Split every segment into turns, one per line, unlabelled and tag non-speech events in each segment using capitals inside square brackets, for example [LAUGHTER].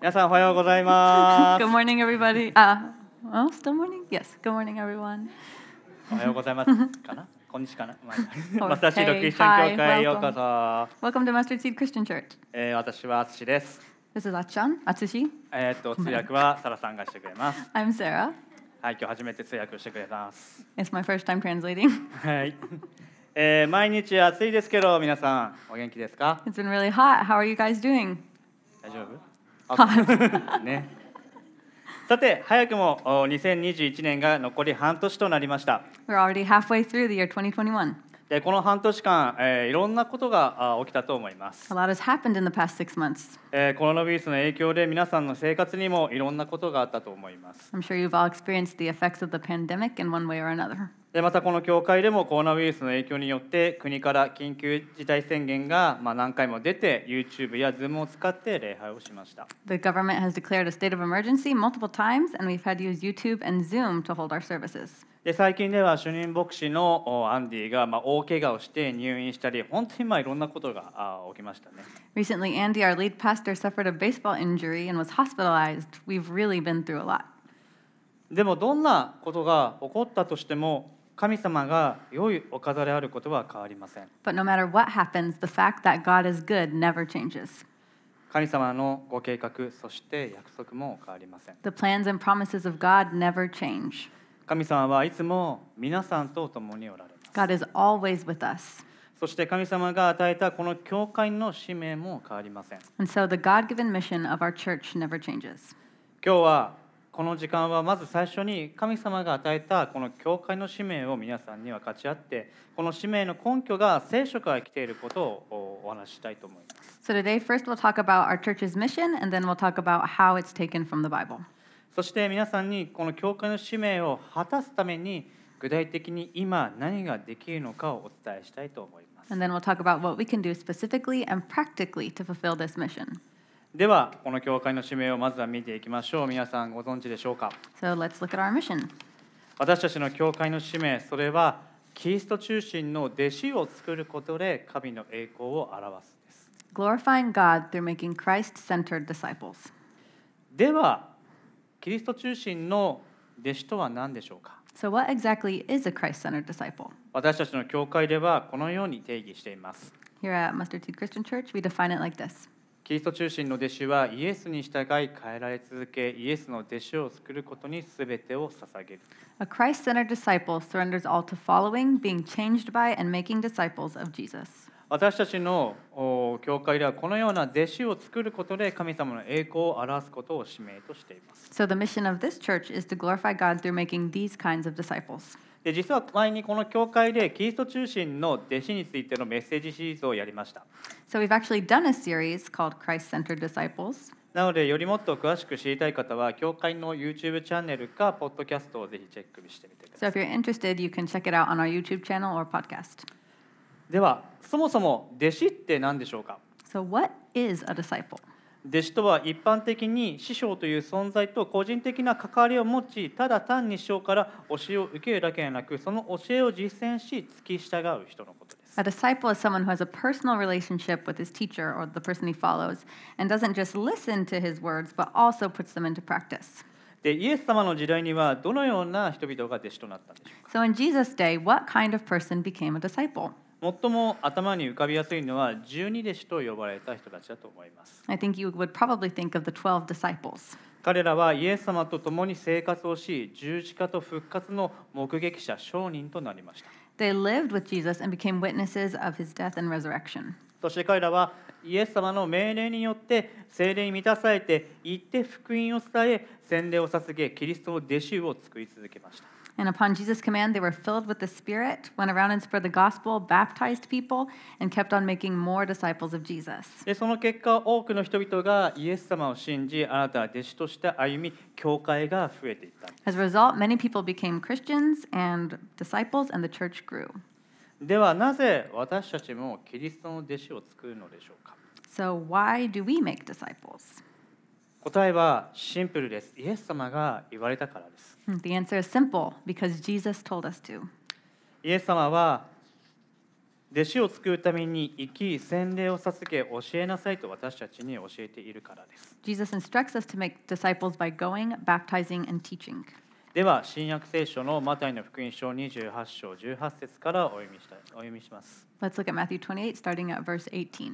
皆さんおはようございま [LAUGHS]
Good
す。
morning, everybody. Ah, oh, still morning? Yes. Good morning, everyone.
おはようございます。かな？こんにち [LAUGHS] はかな？まあ
Okay.
マサシドクリスチャン教会へようこそ。
Welcome to Mustard Seed Christian Church.
えー、私は敦です。
This is Achan, Atsushi.
えーっと通訳はサラさんがしてくれます。
I'm Sarah.
はい、今日初めて通訳をしてくれます。
It's my first time translating. [LAUGHS]
はい。えー、毎日暑いですけど皆さんお元気ですか？
It's been really hot. How are you guys doing?
大丈夫あねさて早くもお2021年が残り半年となりました
We're already halfway through the year 2021.
でこの半年間、えーいろんなことがあ起きたと思います、
A lot has happened in the past six months.
えーコロナウイルスの影響で皆さんの生活にもいろんなことがあったと思います
I'm sure you've all experienced the effects of the pandemic in one way or another.
でまたこの教会でもコロナウイルスの影響によって国から緊急事態宣言がまあ何回も出て YouTube や Zoom を使って礼拝をしました
The government has declared a state of emergency multiple times, and we've had to use YouTube and Zoom to hold our services.
で最近では主任牧師のおアンディがまあ大怪我をして入院したり本当にまあいろんなことがあ起きましたね
Recently, Andy, our lead pastor, suffered a baseball injury and was hospitalized. We've really been through a lot.
でもどんなことが起こったとしても神様が良いお方であることは変わりません
But no matter what happens, the fact that God is good never changes.
神様のご計画そして約束も変わりません
The plans and promises of God never change.
神様はいつも皆さんと共におられます
God is always with us.
そして神様が与えたこの教会の使命も変わりません
And so the God given mission of our church never changes.
今日はこの時間はまず最初に神様が与えたこの教会の使命を皆さんに分かち合ってこの使命の根拠が聖書から来ていることをお話ししたいと思います
So today, first we'll talk about our church's mission, and then we'll talk about how it's taken from the Bible.
そして皆さんにこの教会の使命を果たすために具体的に今何ができるのかをお伝えしたいと思います
And then we'll talk about what we can do specifically and practically to fulfill this mission.
ではこの教会の使命をまずは見ていきましょう皆さんご存知でしょうか
So let's look at our mission.
私たちの教会の使命それはキリスト中心の弟子を作ることで神の栄光を表すです
glorifying God through making Christ centered disciples.
ではキリスト中心の弟子とは何でしょうか
So, what exactly is a Christ centered disciple?
私たちの教会ではこのように定義しています
Here at Mustard Seed Christian Church, we define it like this
キリスト中心の弟子はイエスに従い変えられ続けイエスの弟子を作ることに全てを捧げる
A Christ centered disciple surrenders all to following, being changed by, and making disciples of Jesus.
私たちのお教会ではこのような弟子を作ることで神様の栄光を表すことを使命としています
So, the mission of this church is to glorify God through making these kinds of disciples.
で実は前にこの教会でキリスト中心の弟子についてのメッセージシリーズをやりました
So, we've actually done a series called Christ centered disciples.
なのでよりもっと詳しく知りたい方は教会の YouTube チャンネルかポッドキャストをぜひチェックしてみてくださ
So,
い
if you're interested, you can check it out on our YouTube channel or podcast.
ではそもそも弟子って何でしょうか
So, what is a disciple?
弟子とは一般的に師匠という存在と個人的な関わりを持ちただ単に師匠から教えを受けるだけでなくその教えを実践し付き従う人のことです
A disciple is someone who has a personal relationship with his teacher or the person he follows and doesn't just listen to his words, but also puts them into practice.
でイエス様の時代にはどのような人々が弟子となったんでしょうか
So in Jesus' day, what kind of person became a disciple?
最も頭に浮かびやすいのは十二弟子と呼ばれた人たちだと思います
I think you would probably think of the 12 disciples.
彼らはイエス様と共に生活をし十字架と復活の目撃者証人となりました
They lived with Jesus and became witnesses of his death and resurrection.
そして彼らはイエス様の命令によって聖霊に満たされて行って福音を伝え洗礼を捧げキリストの弟子を作り続けました
And upon Jesus' command, they were filled with the Spirit, went around and spread the gospel, baptized people, and kept on making more disciples of Jesus.
でその結果多くの人々がイエス様を信じあなたは弟子として歩み教会が増えていったんです
As a result, many people became Christians and disciples, and the church grew.
ではなぜ私たちもキリストの弟子を作るのでしょうか
So, why do we make disciples?
答えはシンプルですイエス様が言われたからです
Hmm, The answer is simple because Jesus told us to.
イエス様は弟子を救うために生き洗礼を授け教えなさいと私たちに教えているからです
Jesus instructs us to make disciples by going, baptizing, and teaching.
では新約聖書のマタイの福音書28章18節からお読みしたいお読みします
Let's look at Matthew 28, starting at verse 18.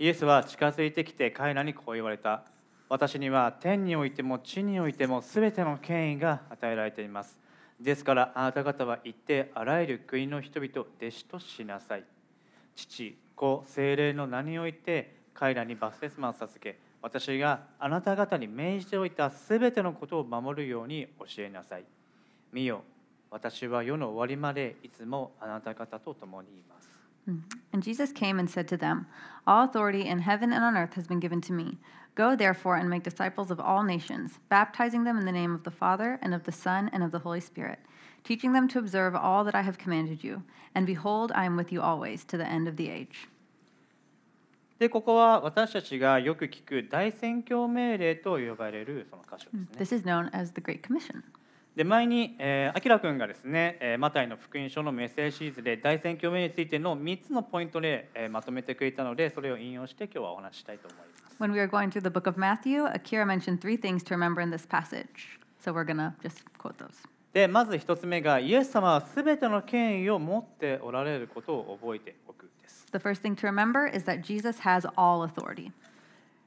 イエスは近づいてきて彼らにこう言われた。私には天においても地においてもすべての権威が与えられています。ですからあなた方は行ってあらゆる国の人々を弟子としなさい。父、子、精霊の名において彼らにバプテスマを授け、私があなた方に命じておいたすべてのことを守るように教えなさい。見よ、私は世の終わりまでいつもあなた方と共にいます。
Hmm. And Jesus came and said to them, All authority in heaven and on earth has been given to me. Go therefore and make disciples of all nations, baptizing them in the name of the Father, and of the Son, and of the Holy Spirit, teaching them to observe all that I have commanded you. And behold, I am with you always to the end of the age.
でここは私たちがよく聞く大宣教命令と呼ばれるその箇所ですね。
This is known as the Great Commission.
で前にえーあきらくんがですね、えーマタイの福音書のメッセージシリーズで大宣教命令についての3つのポイントで、えーまとめてくれたのでそれを引用して今日はお話ししたいと思います。
When we were going through the book of Matthew, Akira mentioned three things to remember in this passage. So we're going to just quote those.
でまず1つ目がイエス様はすべての権威を持っておられることを覚えておくです。
The first thing to remember is that Jesus has all authority.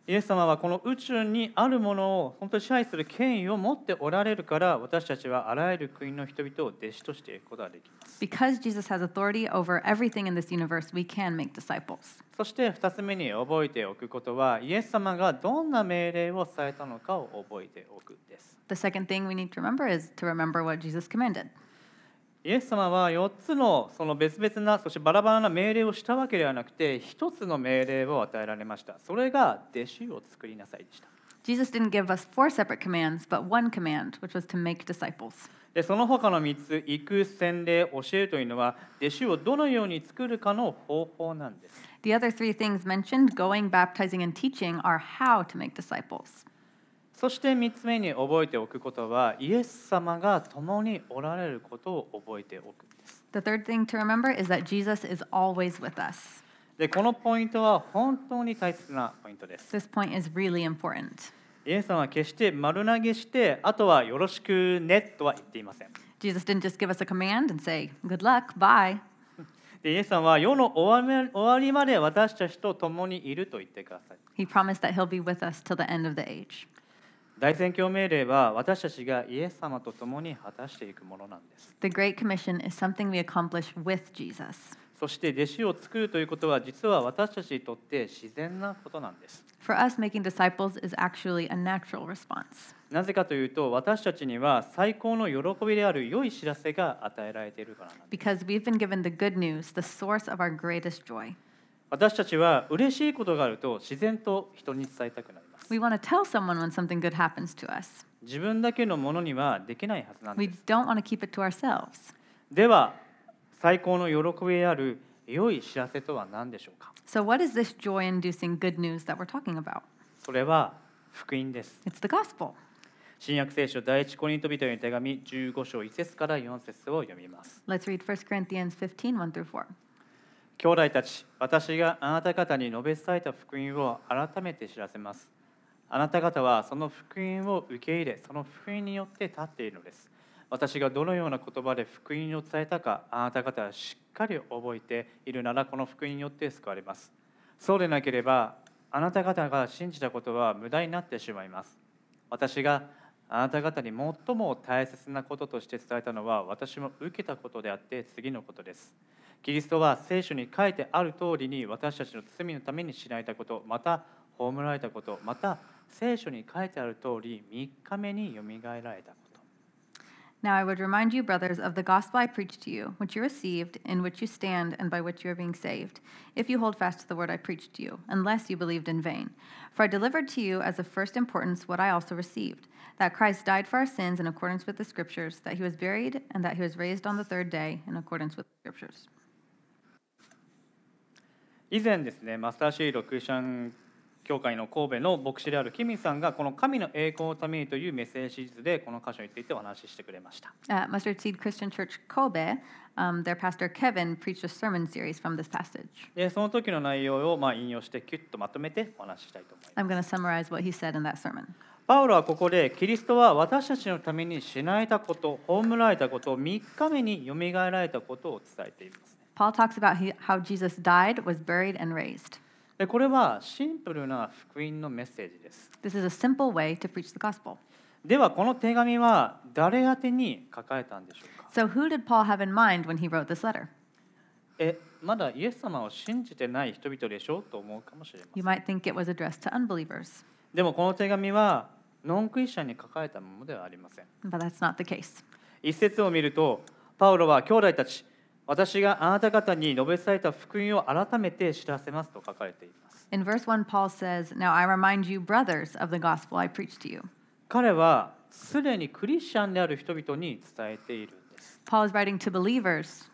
イエス様はこの宇宙にあるものを本当に支配する権威を持っておられるから私たちはあらゆる国の人々を弟子としていくことができます。
Because Jesus has authority over everything in this universe, we can make disciples.
そして2つ目に覚えておくことはイエス様がどんな命令をされたのかを覚えておくです。
The second thing we need to remember is to remember what Jesus commanded.
イエス様は4つのその別々なそしてバラバラな命令をしたわけではなくて1つの命令を与えられました。それが弟子を作りなさいでした。
Jesus didn't give us four separate commands, but one command, which was to make disciples.
でその他の3つ、行く、洗礼、教えるというのは弟子をどのように作るかの方法なんです。
The other three things mentioned, going, baptizing, and teaching, are how to make disciples.
そして3つ目に覚えておくことはイエス様が共におられることを覚えておくです。
The third thing to remember is that Jesus is always with us.
でこのポイントは本当に大切なポイントです。
This point is really important.
イエス様は決して丸投げしてあとはよろしくねとは言っていません。
Jesus didn't just give us a command and say, Good luck, bye.
でイエス様は世の終わり終わりまで私たちと共にいると言ってください。
He promised that he'll be with us till the end of the age.
大宣教命令は私たちがイエス様と共に果たしていくものなんです。
The Great Commission is something we accomplish with Jesus.
そして弟子を作るということは実は私たちにとって自然なことなんです。
For us, making disciples is actually a natural response
なぜかというと私たちには最高の喜びである良い知らせが与えられているからなんです。
because we've been given the good news, the source of our greatest joy.
私たちは嬉しいことがあると自然と人に伝えたくなります。
We want to tell someone when something good happens to us.
自分だけのものにはできないはずなん
We
です。
don't want to keep it to ourselves.
では、最高の喜びである良い知らせとは何でしょうか
So, what is this joy inducing good news that we're talking about?
それは福音です。
It's the gospel.
新約聖書第一コリント人への手紙15章1節から4節を読みます。
Let's read 1 Corinthians 15 1 through 4.
兄弟たち、私があなた方に述べ伝えた福音を改めて知らせます。あなた方はその福音を受け入れ、その福音によって立っているのです。私がどのような言葉で福音を伝えたか、あなた方はしっかり覚えているなら、この福音によって救われます。そうでなければ、あなた方が信じたことは無駄になってしまいます。私があなた方に最も大切なこととして伝えたのは私も受けたことであって次のことです。キリストは聖書に書いてある通りに私たちの罪のために死なれたこと、また葬られたこと、また聖書に書いてある通り3日目によみがえられたこと。
Now I would remind you, brothers, of the gospel I preached to you, which you received, in which you stand, and by which you are being saved, if you hold fast to the word I preached to you, unless you believed in vain. For I delivered to you as of first importance what I also received that Christ died for our sins in accordance with the Scriptures, that he was buried, and that he was raised on the third day in accordance with the Scriptures.
以前ですね、マスターシード・クリスチャン教会の神戸の牧師であるキミさんがこの神の栄光のためにというメッセージ図でこの箇所についてお話ししてくれました
At Mustard Seed Christian Church Kobe, um, their pastor Kevin preached a sermon series from this passage.
でその時の内容をまあ引用してキュッとまとめてお話ししたいと思います
I'm going to summarize what he said in that sermon.
パウロはここでキリストは私たちのために死なれたこと葬られたこと3日目によみがえられたことを伝えていますね
Paul talks about he, how Jesus died, was buried, and raised.
でこれはシンプルな福音のメッセージです
This is a simple way to preach the gospel.
ではこの手紙は誰宛てに書かれたんでしょうか
So, who did Paul have in mind when he wrote this letter?
えまだイエス様を信じてない人々でしょうと思うかもしれませ
You
ん
might think it was addressed to unbelievers,
でもこの手紙はノンクリスチャンに書かれたものではありません
but that's not the case.
一節を見るとパウロは兄弟たち私があなた方に述べされた福音を改めて知らせますと書かれています
In verse 1, Paul says, Now I remind you, brothers, of the gospel I preached to you.
彼はすでにクリスチャンである人々に伝えているんです
Paul is writing to believers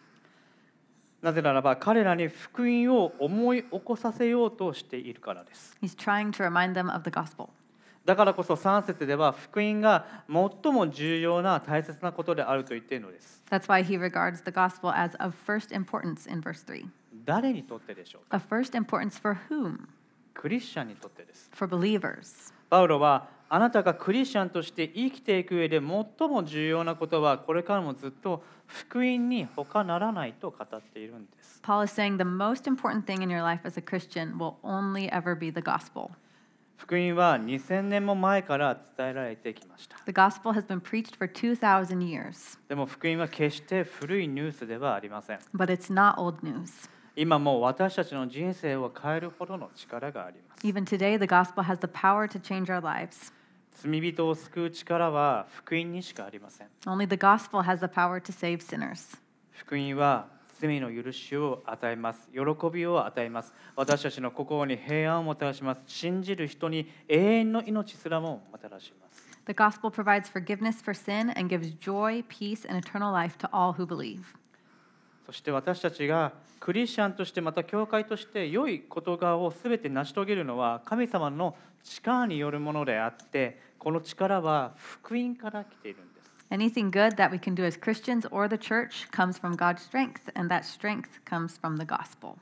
なぜならば彼らに福音を思い起こさせようとしているからです
He's trying to remind them of the gospel.
だからこそ3節では福音が最も重要な大切なことであると言っているのです
That's why he regards the gospel as of first importance in verse 3.
誰にとってでしょうか
Of first importance for whom?
クリスチャンにとってです
For believers.
パウロはあなたがクリスチャンとして生きていく上で最も重要なことはこれからもずっと福音に他ならないと語っているんです
Paul is saying the most important thing in your life as a Christian will only ever be the gospel.
福音は2000年も前から伝えられてきました
The gospel has been preached for 2,000 years,
でも福音は決して古いニュースではありません
but it's not old news.
今も私たちの人生を変えるほどの力があります
Even today, the gospel has the power to change our lives.
罪人を救う力は福音にしかありません
Only the gospel has the power to save sinners.
福音は罪の許しを与えます喜びを与えます私たちの心に平安をもたらします信じる人に永遠の命すらももたらします
The gospel provides forgiveness for sin and gives joy, peace, and eternal life to all who believe.
そして私たちがクリスチャンとしてまた教会として良い事柄を全て成し遂げるのは神様の力によるものであってこの力は福音から来ているんです
Anything good that we can do as Christians or the church comes from God's strength, and that strength comes from the gospel.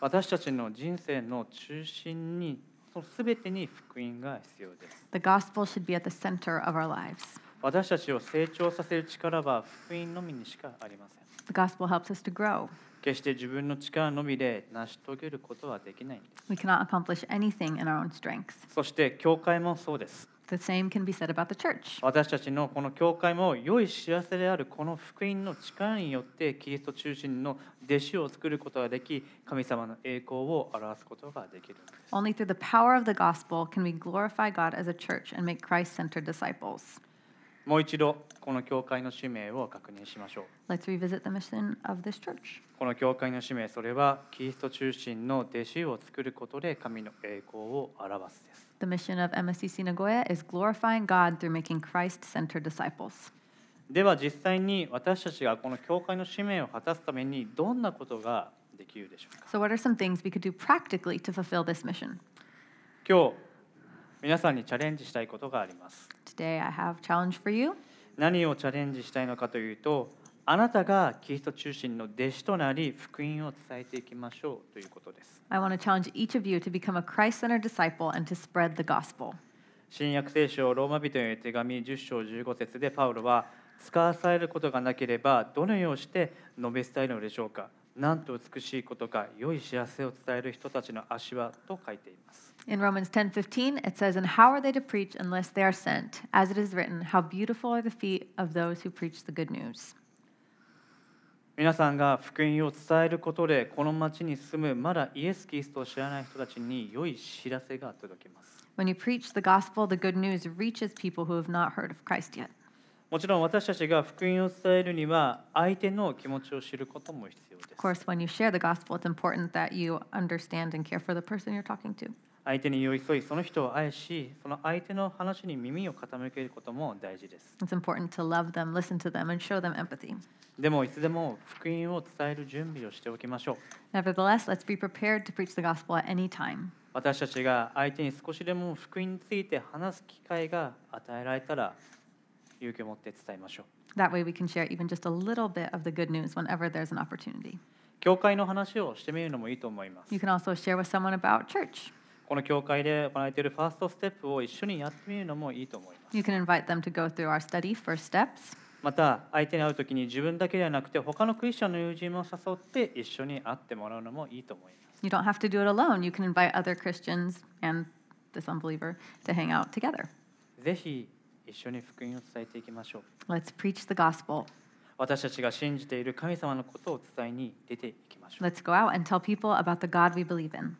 私たちの人生の中心にその全てに福音が必要です
The gospel should be at the center of our lives.
私たちを成長させる力は福音のみにしかありません
The gospel helps us to grow.
決して自分の力のみで成し遂げることはできないんです
We cannot accomplish anything in our own strength.
そして教会もそうです
The same can be said about the church.
私たちのこの教会も良い知らせであるこの福音の力によってキリスト中心の弟子を作ることができ神様の栄光を表すことができるんです
Only through the power of the gospel can we glorify God as a church and make Christ centered disciples.
もう一度この教会の使命を確認しましょう
Let's revisit the mission of this church.
この教会の使命それはキリスト中心の弟子を作ることで神の栄光を表すです
The mission of MSCC Nagoya is glorifying God through making Christ centered disciples.
では実際に私たちがこの教会の使命を果たすためにどんなことができるでしょうか
So, what are some things we could do practically to fulfill this mission?
今日皆さんにチャレンジしたいことがあります
Today, I have a challenge for you.
何をチャレンジしたいのかというとあなたがキリスト中心の弟子となり福音を伝えていきましょうということです
I want to challenge each of you to become a Christ centered disciple and to spread the gospel.
新約聖書ローマ人への手紙10章15節でパウロは使わされることがなければどのようにして述べ伝えるのでしょうかなんと美しいことか良い知らせを伝える人たちの足はと書いています
In Romans 10:15, it says, "And how are they to preach unless they are sent? As it is written, how beautiful are the feet of those who preach the good news."
皆さんが福音を伝えることでこの町に住むまだイエス・キリストを知らない人たちに良い知らせが届きます
When you preach the gospel, the good news reaches people who have not heard of Christ yet.
もちろん私たちが福音を伝えるには相手の気持ちを知ることも必要で
Of
す
course, when you share the gospel, it's important that you understand and care for the person you're talking to.
相手に寄り添いその人を愛しその相手の話に耳を傾けることも大事です
It's important to love them, listen to them, and show them empathy.
でもいつでも福音を伝える準備をしておきましょう
Nevertheless, let's be prepared to preach the gospel at any time.
私たちが相手に少しでも福音について話す機会が与えられたら勇気を持って伝えましょう
That way, we can share even just a little bit of the good news whenever there's an opportunity.
教会の話をしてみるのもいいと思います
You can also share with someone about church.
この教会で行われているファーストステップを一緒にやってみるのもいいと思います
You can invite them to go through our study, First Steps.
また相手に会う時に自分だけではなくて他のクリスチャンの友人も誘って一緒に会ってもらうのもいいと思います
You don't have to do it alone. You can invite other Christians and this unbeliever to hang out together.
ぜひ一緒に福音を伝えていきましょう
Let's preach the gospel.
私たちが信じている神様のことを伝えに出ていきましょう
Let's go out and tell people about the God we believe in.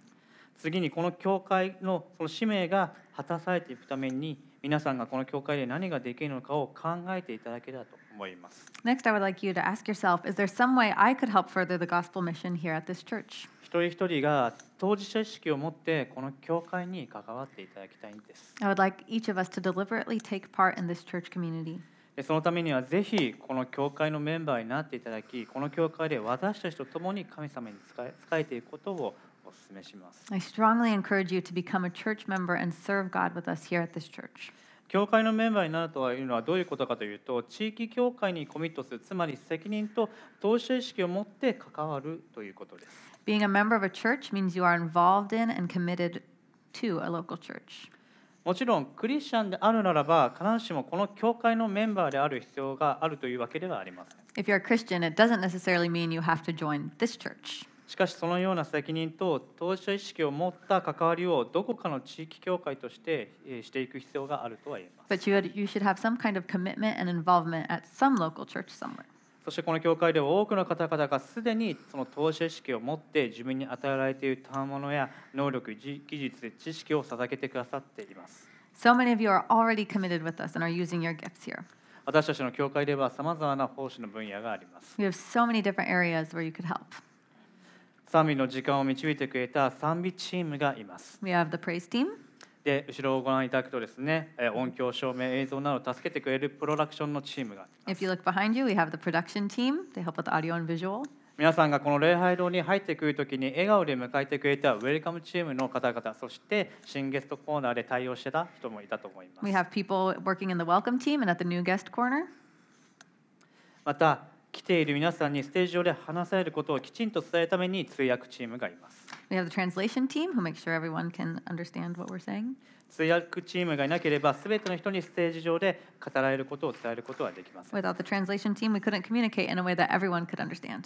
次にこの教会のその使命が果たされていくために皆さんがこの教会で何ができるのかを考えていただければと思います
Next, I would like you to ask yourself Is there some way I could help further the gospel mission here at this church?
一人一人が当事者意識を持ってこの教会に関わっていただきたいんです
I would like each of us to deliberately take part in this church community.
でそのためにはぜひこの教会のメンバーになっていただきこの教会で私たちと共に神様に仕え仕えていくことをお勧めします
I strongly encourage you to become a church member and serve God with us here at this church.
教会のメンバーになるというのはどういうことかというと地域教会にコミットするつまり責任と当事者意識を持って関わるということです
Being a member of a church means you are involved in and committed to a local church.
もちろんクリスチャンであるならば必ずしもこの教会のメンバーである必要があるというわけではありません
If you're a Christian, it doesn't necessarily mean you have to join this church.
しかしそのような責任と当事者意識を持った関わりをどこかの地域教会としてえーしていく必要があるとは言えます
But you, would, you should have some kind of commitment and involvement at some local church somewhere.
そしてこの教会では多くの方々がすでにその当事者意識を持って自分に与えられている賜物や能力じ技術知識を捧げてくださっています
So many of you are already committed with us and are using your gifts here.
私たちの教会ではさまざまな奉仕の分野があります
We have so many different areas where you could help.
賛美の時間を導いてくれた賛美チームがいます
We have the praise team.
で後ろをご覧いただくとですねえー音響照明映像などを助けてくれるプロダクションのチームが
If you look behind you, we have the production team. They help with audio and visual.
皆さんがこの礼拝堂に入ってくるときに笑顔で迎えてくれたウェルカムチームの方々そして新ゲストコーナーで対応してた人もいたと思いま
We
す
have people working in the welcome team and at the new guest corner.
また来ている皆さんにステージ上で話されることをきちんと伝えるために通訳チームがいます
We have the translation team who make sure everyone can understand what we're saying.
通訳チームがいなければ全ての人にステージ上で語られることを伝えることはできません
Without the translation team, we couldn't communicate in a way that everyone could understand.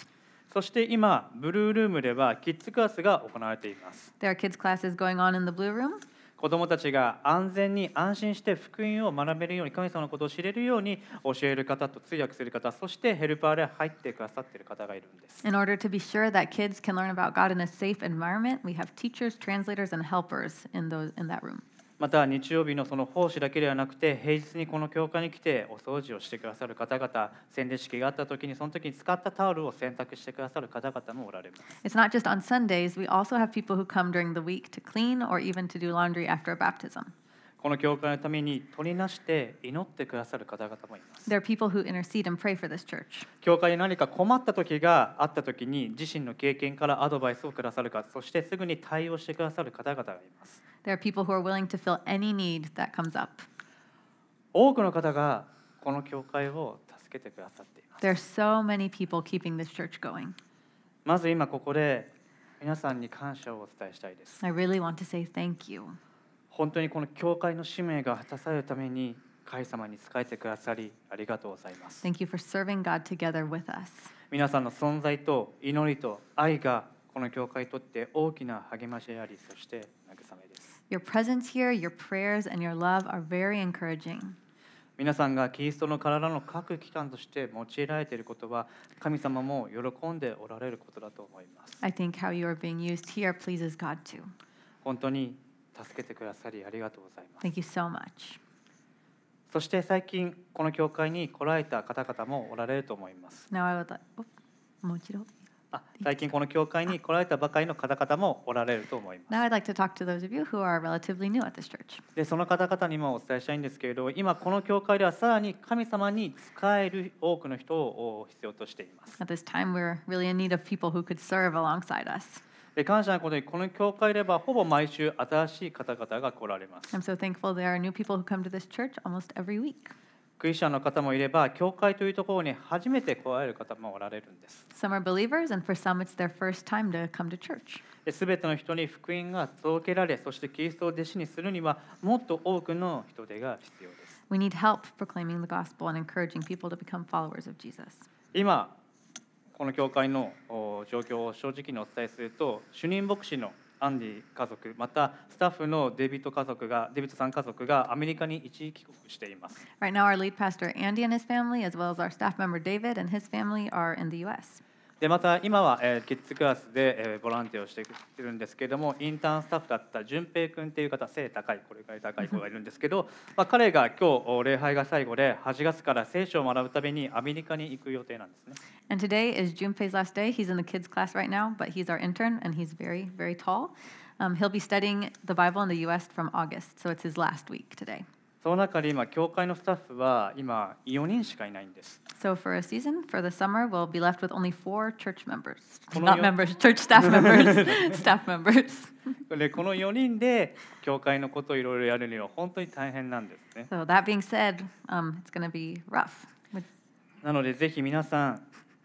そして今ブルールームではキッズクラスが行われています
There are kids' classes going on in the Blue Room.
子どもたちが安全に安心して福音を学べるように神様のことを知れるように教える方と通訳する方そしてヘルパーで入ってくださっている方がいるんです
In order to be sure that kids can learn about God in a safe environment, we have teachers, translators, and helpers in, those, in that room.
また日曜日のその奉仕だけではなくて平日にこの教会に来てお掃除をしてくださる方々洗礼式があった時にその時に使ったタオルを洗濯してくださる方々もおられます
It's not just on Sundays, we also have people who come during the week to clean or even to do laundry after a baptism.
この教会のために取りなして祈ってくださる方々もいます
There are people who intercede and pray for this church.
教会で何か困った時があった時に自身の経験からアドバイスをくださる方そしてすぐに対応してくださる方々がいます
There are people who are willing to fill any need that comes up.
多くの方がこの教会を助けてくださっています
There are so many people keeping this church going.
まず今ここで皆さんに感謝をお伝えしたいです
I really want to say thank you.
本当にこの教会の使命が果たされるために神様に仕えてくださりありがとうございます
Thank you for serving God together with us.
皆さんの存在と祈りと愛がこの教会にとって大きな励ましでありそして慰めです
Your presence here, your prayers, and your love are very encouraging.
皆さんがキリストの体の各機関として用いられていることは神様も喜んでおられることだと思います
I think how you are being used here pleases God too.
本当に助けてくださりありがとうございます
Thank you so much.
そして最近この教会に来られた方々もおられると思います
Now I would like. Oh, もう一度。
あ最近この教会に来られたばかりの方々もおられると思いま
Now I'd like to talk to those of you who are relatively new at this church.
すでその方々にもお伝えしたいんですけれど今この教会ではさらに神様に使える多くの人を必要としています
At this time, we're really in need of people who could serve alongside us.
で感謝なことにこの教会ではほぼ毎週新しい方々が来られます
I'm so thankful there are new people who come to this church almost every week.
クリスチャンの方もいれば教会というところに初めて来られる方もおられるんです
Some are believers, and for some, it's their first time to come to church.
すべての人に福音が届けられそしてキリストを弟子にするにはもっと多くの人手が必要です
We need help proclaiming the gospel and encouraging people to become followers of Jesus.
今この教会のお状況を正直にお伝えすると主任牧師のアンディ家族またスタッフのデビット家族がデビットさん家族がアメリカに一時帰国しています
Right now, our lead pastor Andy and his family, as well as our staff member David and his family, are in the U.S.
でまた今は、えーキッズクラスで、えーボランティアをしているんですけれどもインターンスタッフだった淳平君っていう方背高いこれぐらい高い子がいるんですけど、 [LAUGHS] まあ、彼が今日お礼拝が最後で8月から聖書を学ぶためにアメリカに行く予定なんですね
And today is Junpei's last day. He's in the kids' class right now, but he's our intern and he's very, very tall. Um, he'll be studying the Bible in the U.S. from August, so it's his last week today.
その中で今教会のスタッフは今4人しかいないんです
So for a season, for the summer, we'll be left with only four church members.
Well, no,
Not
you-
members, church staff members. staff members.
でこの4人で教会のことをいろいろやるには本当に大変なんですね
So that being said, um, it's going to be rough. Would-
なのでぜひ皆さん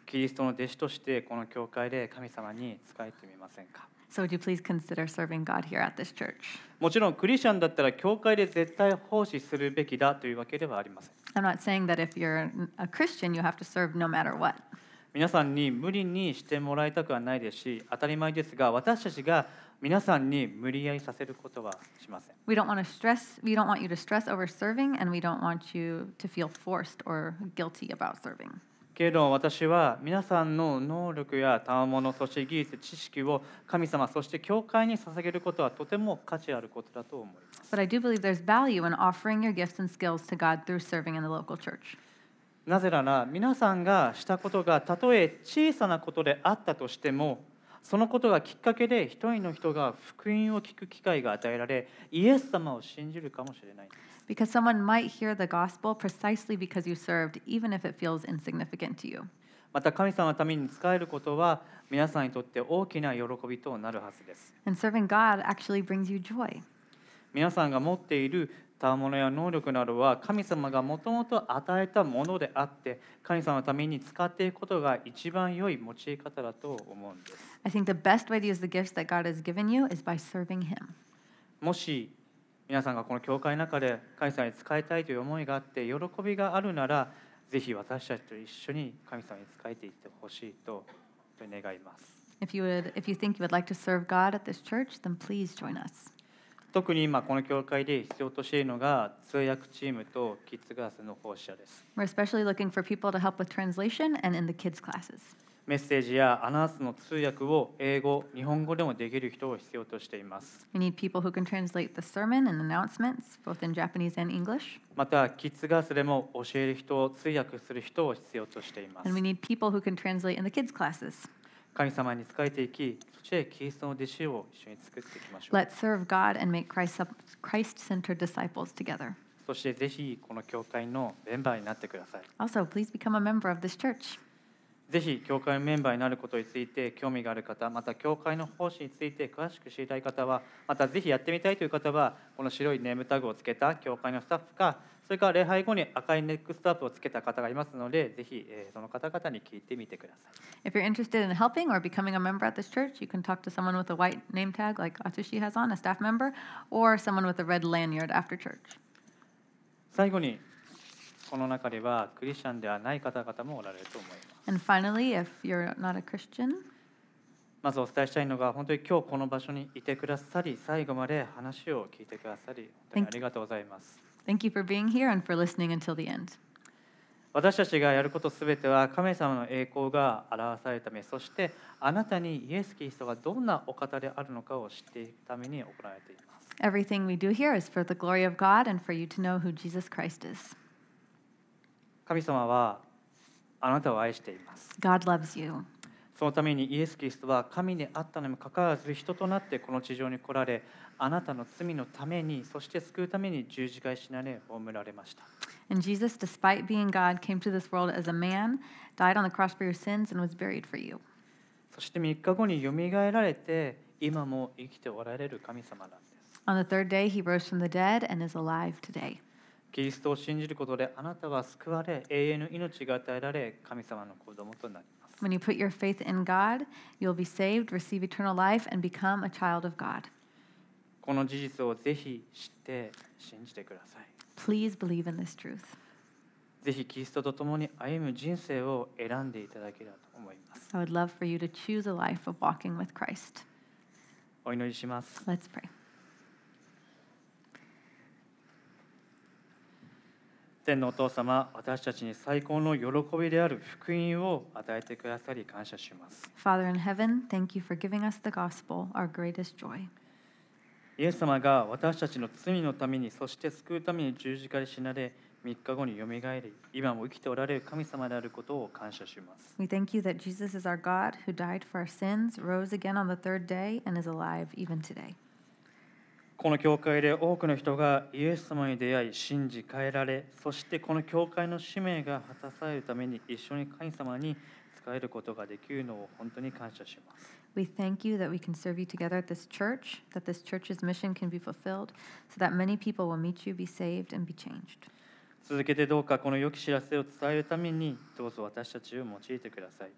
キリストの弟子としてこの教会で神様に仕えてみませんか
So would you please consider serving God here at this church?
もちろんクリスチャンだったら教会で絶対奉仕するべきだというわけではありません
I'm not saying that if you're a Christian, you have to serve no matter what.
皆さんに無理にしてもらいたくはないですし当たり前ですが私たちが皆さんに無理やりさせることはしません
We don't want to stress. We don't want you to stress over serving, and we don't want you to feel forced or guilty about serving.
けれども私は皆さんの能力や賜物そして技術知識を神様そして教会に捧げることはとても価値あることだと思います
But I do believe there's value in offering your gifts and skills to God through serving in the local church.
なぜなら皆さんがしたことがたとえ小さなことであったとしてもそのことがきっかけで一人の人が福音を聞く機会が与えられイエス様を信じるかもしれない
Because someone might hear the gospel precisely because you served, even if it feels insignificant to you.
また神様のために仕えることは皆さんにとって大きな喜びとなるはずです
And serving God actually brings you joy.
皆さんが持っている賜物や能力などは神様がもともと与えたものであって神様のために使っていくことが一番良い用い方だと思うんです
I think the best way to use the gifts that God has given you is by serving Him.
もし皆さんがこの教会の中で神様に使いたいという思いがあって喜びがあるならぜひ私たちと一緒に神様に使えていってほしいと本当に願います
If you, would, if you think you would like to serve God at this church, then please join us.
特に今この教会で必要としているのが通訳チームとキッズクラスの奉仕者です
We're especially looking for people to help with translation and in the kids' classes.
メッセージやアナウンスの通訳を英語日本語でもできる人を必要としています
We need people who can translate the sermon and announcements, both in Japanese and English.
またキッズクラスでも教える人通訳する人を必要としています
And we need people who can translate in the kids' classes.
神様に仕えていきそしてキリストの弟子を一緒に作っていきましょう
Let's serve God and make Christ centered disciples together.
そしてぜひこの教会のメンバーになってください。
Also, please become a member of this church.
ぜひ教会のメンバーになることについて興味がある方、また教会の奉仕について詳しく知りたい方は、またぜひやってみたいという方は、この白いネームタグをつけた教会のスタッフか、それから礼拝後に赤いネックスタッフをつけた方がいますので、ぜひえーその方々に聞いてみてください。
If you're interested in helping or becoming a member at this church, you can talk to someone with a white name tag like Atsushi has on, a staff member, or someone with a red lanyard after church.
最後に、この中ではクリスチャンではない方々もおられると思います。
And finally, if you're not a Christian,
まずお伝えしたいのが、本当に今日この場所にいてくださり、最後まで話を聞いてくださり、本当にありがとうございます。
thank you for being here and for listening until the end.
私たちがやることすべては神様の栄光が表されるためそしてあなたにイエス・キリストがどんなお方であるのかを知っていくために行われています
Everything we do here is for the glory of God and for you to know who Jesus Christ is.
神様はあなたを愛しています
God loves you.
そのためにイエス・キリストは神であったのにもかかわらず人となってこの地上に来られあなたの罪のためにそして救うために十字架に死なれ葬られました
And Jesus, despite being God, came to this world as a man, died on the cross for your sins, and was buried for you.
そそして3日後によみがえられて今も生きておられる神様なんです。
On the third day, he rose from the dead and is alive today.
キリストを信じることであなたは救われ永遠の命が与えられ神様の子供となります。
When you put your faith in God, you'll be saved, receive eternal life, and become a child of God.
この事実をぜひ知って信じてください。
Please believe in this truth.
ぜひキリストと共に歩む人生を選んでいただければと思います。
I would love for you to choose a life of walking with Christ.
お祈りします。
Let's pray.
天のお父様、私たちに最高の喜びである福音を与えてくださり感謝します。
Father in heaven, thank you for giving us the gospel, our greatest joy.
イエス様が私たちの罪のためにそして救うために十字架で死なれ3日後によみがえり今も生きておられる神様であることを感謝します
We thank you that Jesus is our God who died for our sins, rose again on the third day, and is alive even today.
この教会で多くの人がイエス様に出会い信じ変えられそしてこの教会の使命が果たされるために一緒に神様に仕えることができるのを本当に感謝します
We thank you that we can serve you together at this church, that this church's mission can be fulfilled, so that many people will meet you, be saved, and be changed.
続けてどうかこの良き知らせを伝えるためにどうぞ私たちを用いてください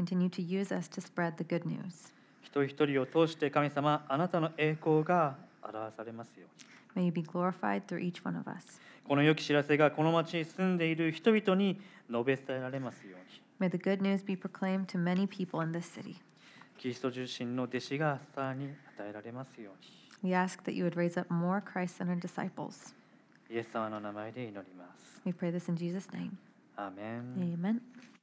Continue to use us to spread the good news.
一人一人を通して神様あなたの栄光が表されますように
May you be glorified through each one of us.
この良き知らせがこの町に住んでいる人々に述べ伝えられますように、
May the good news be proclaimed to many people in this city.
キリスト重心の弟子がさらに与えられますよう
We ask that you would raise up more Christ centered disciples.
に、イエス様の名前で祈ります。
We pray this in Jesus' name.
アーメン
Amen.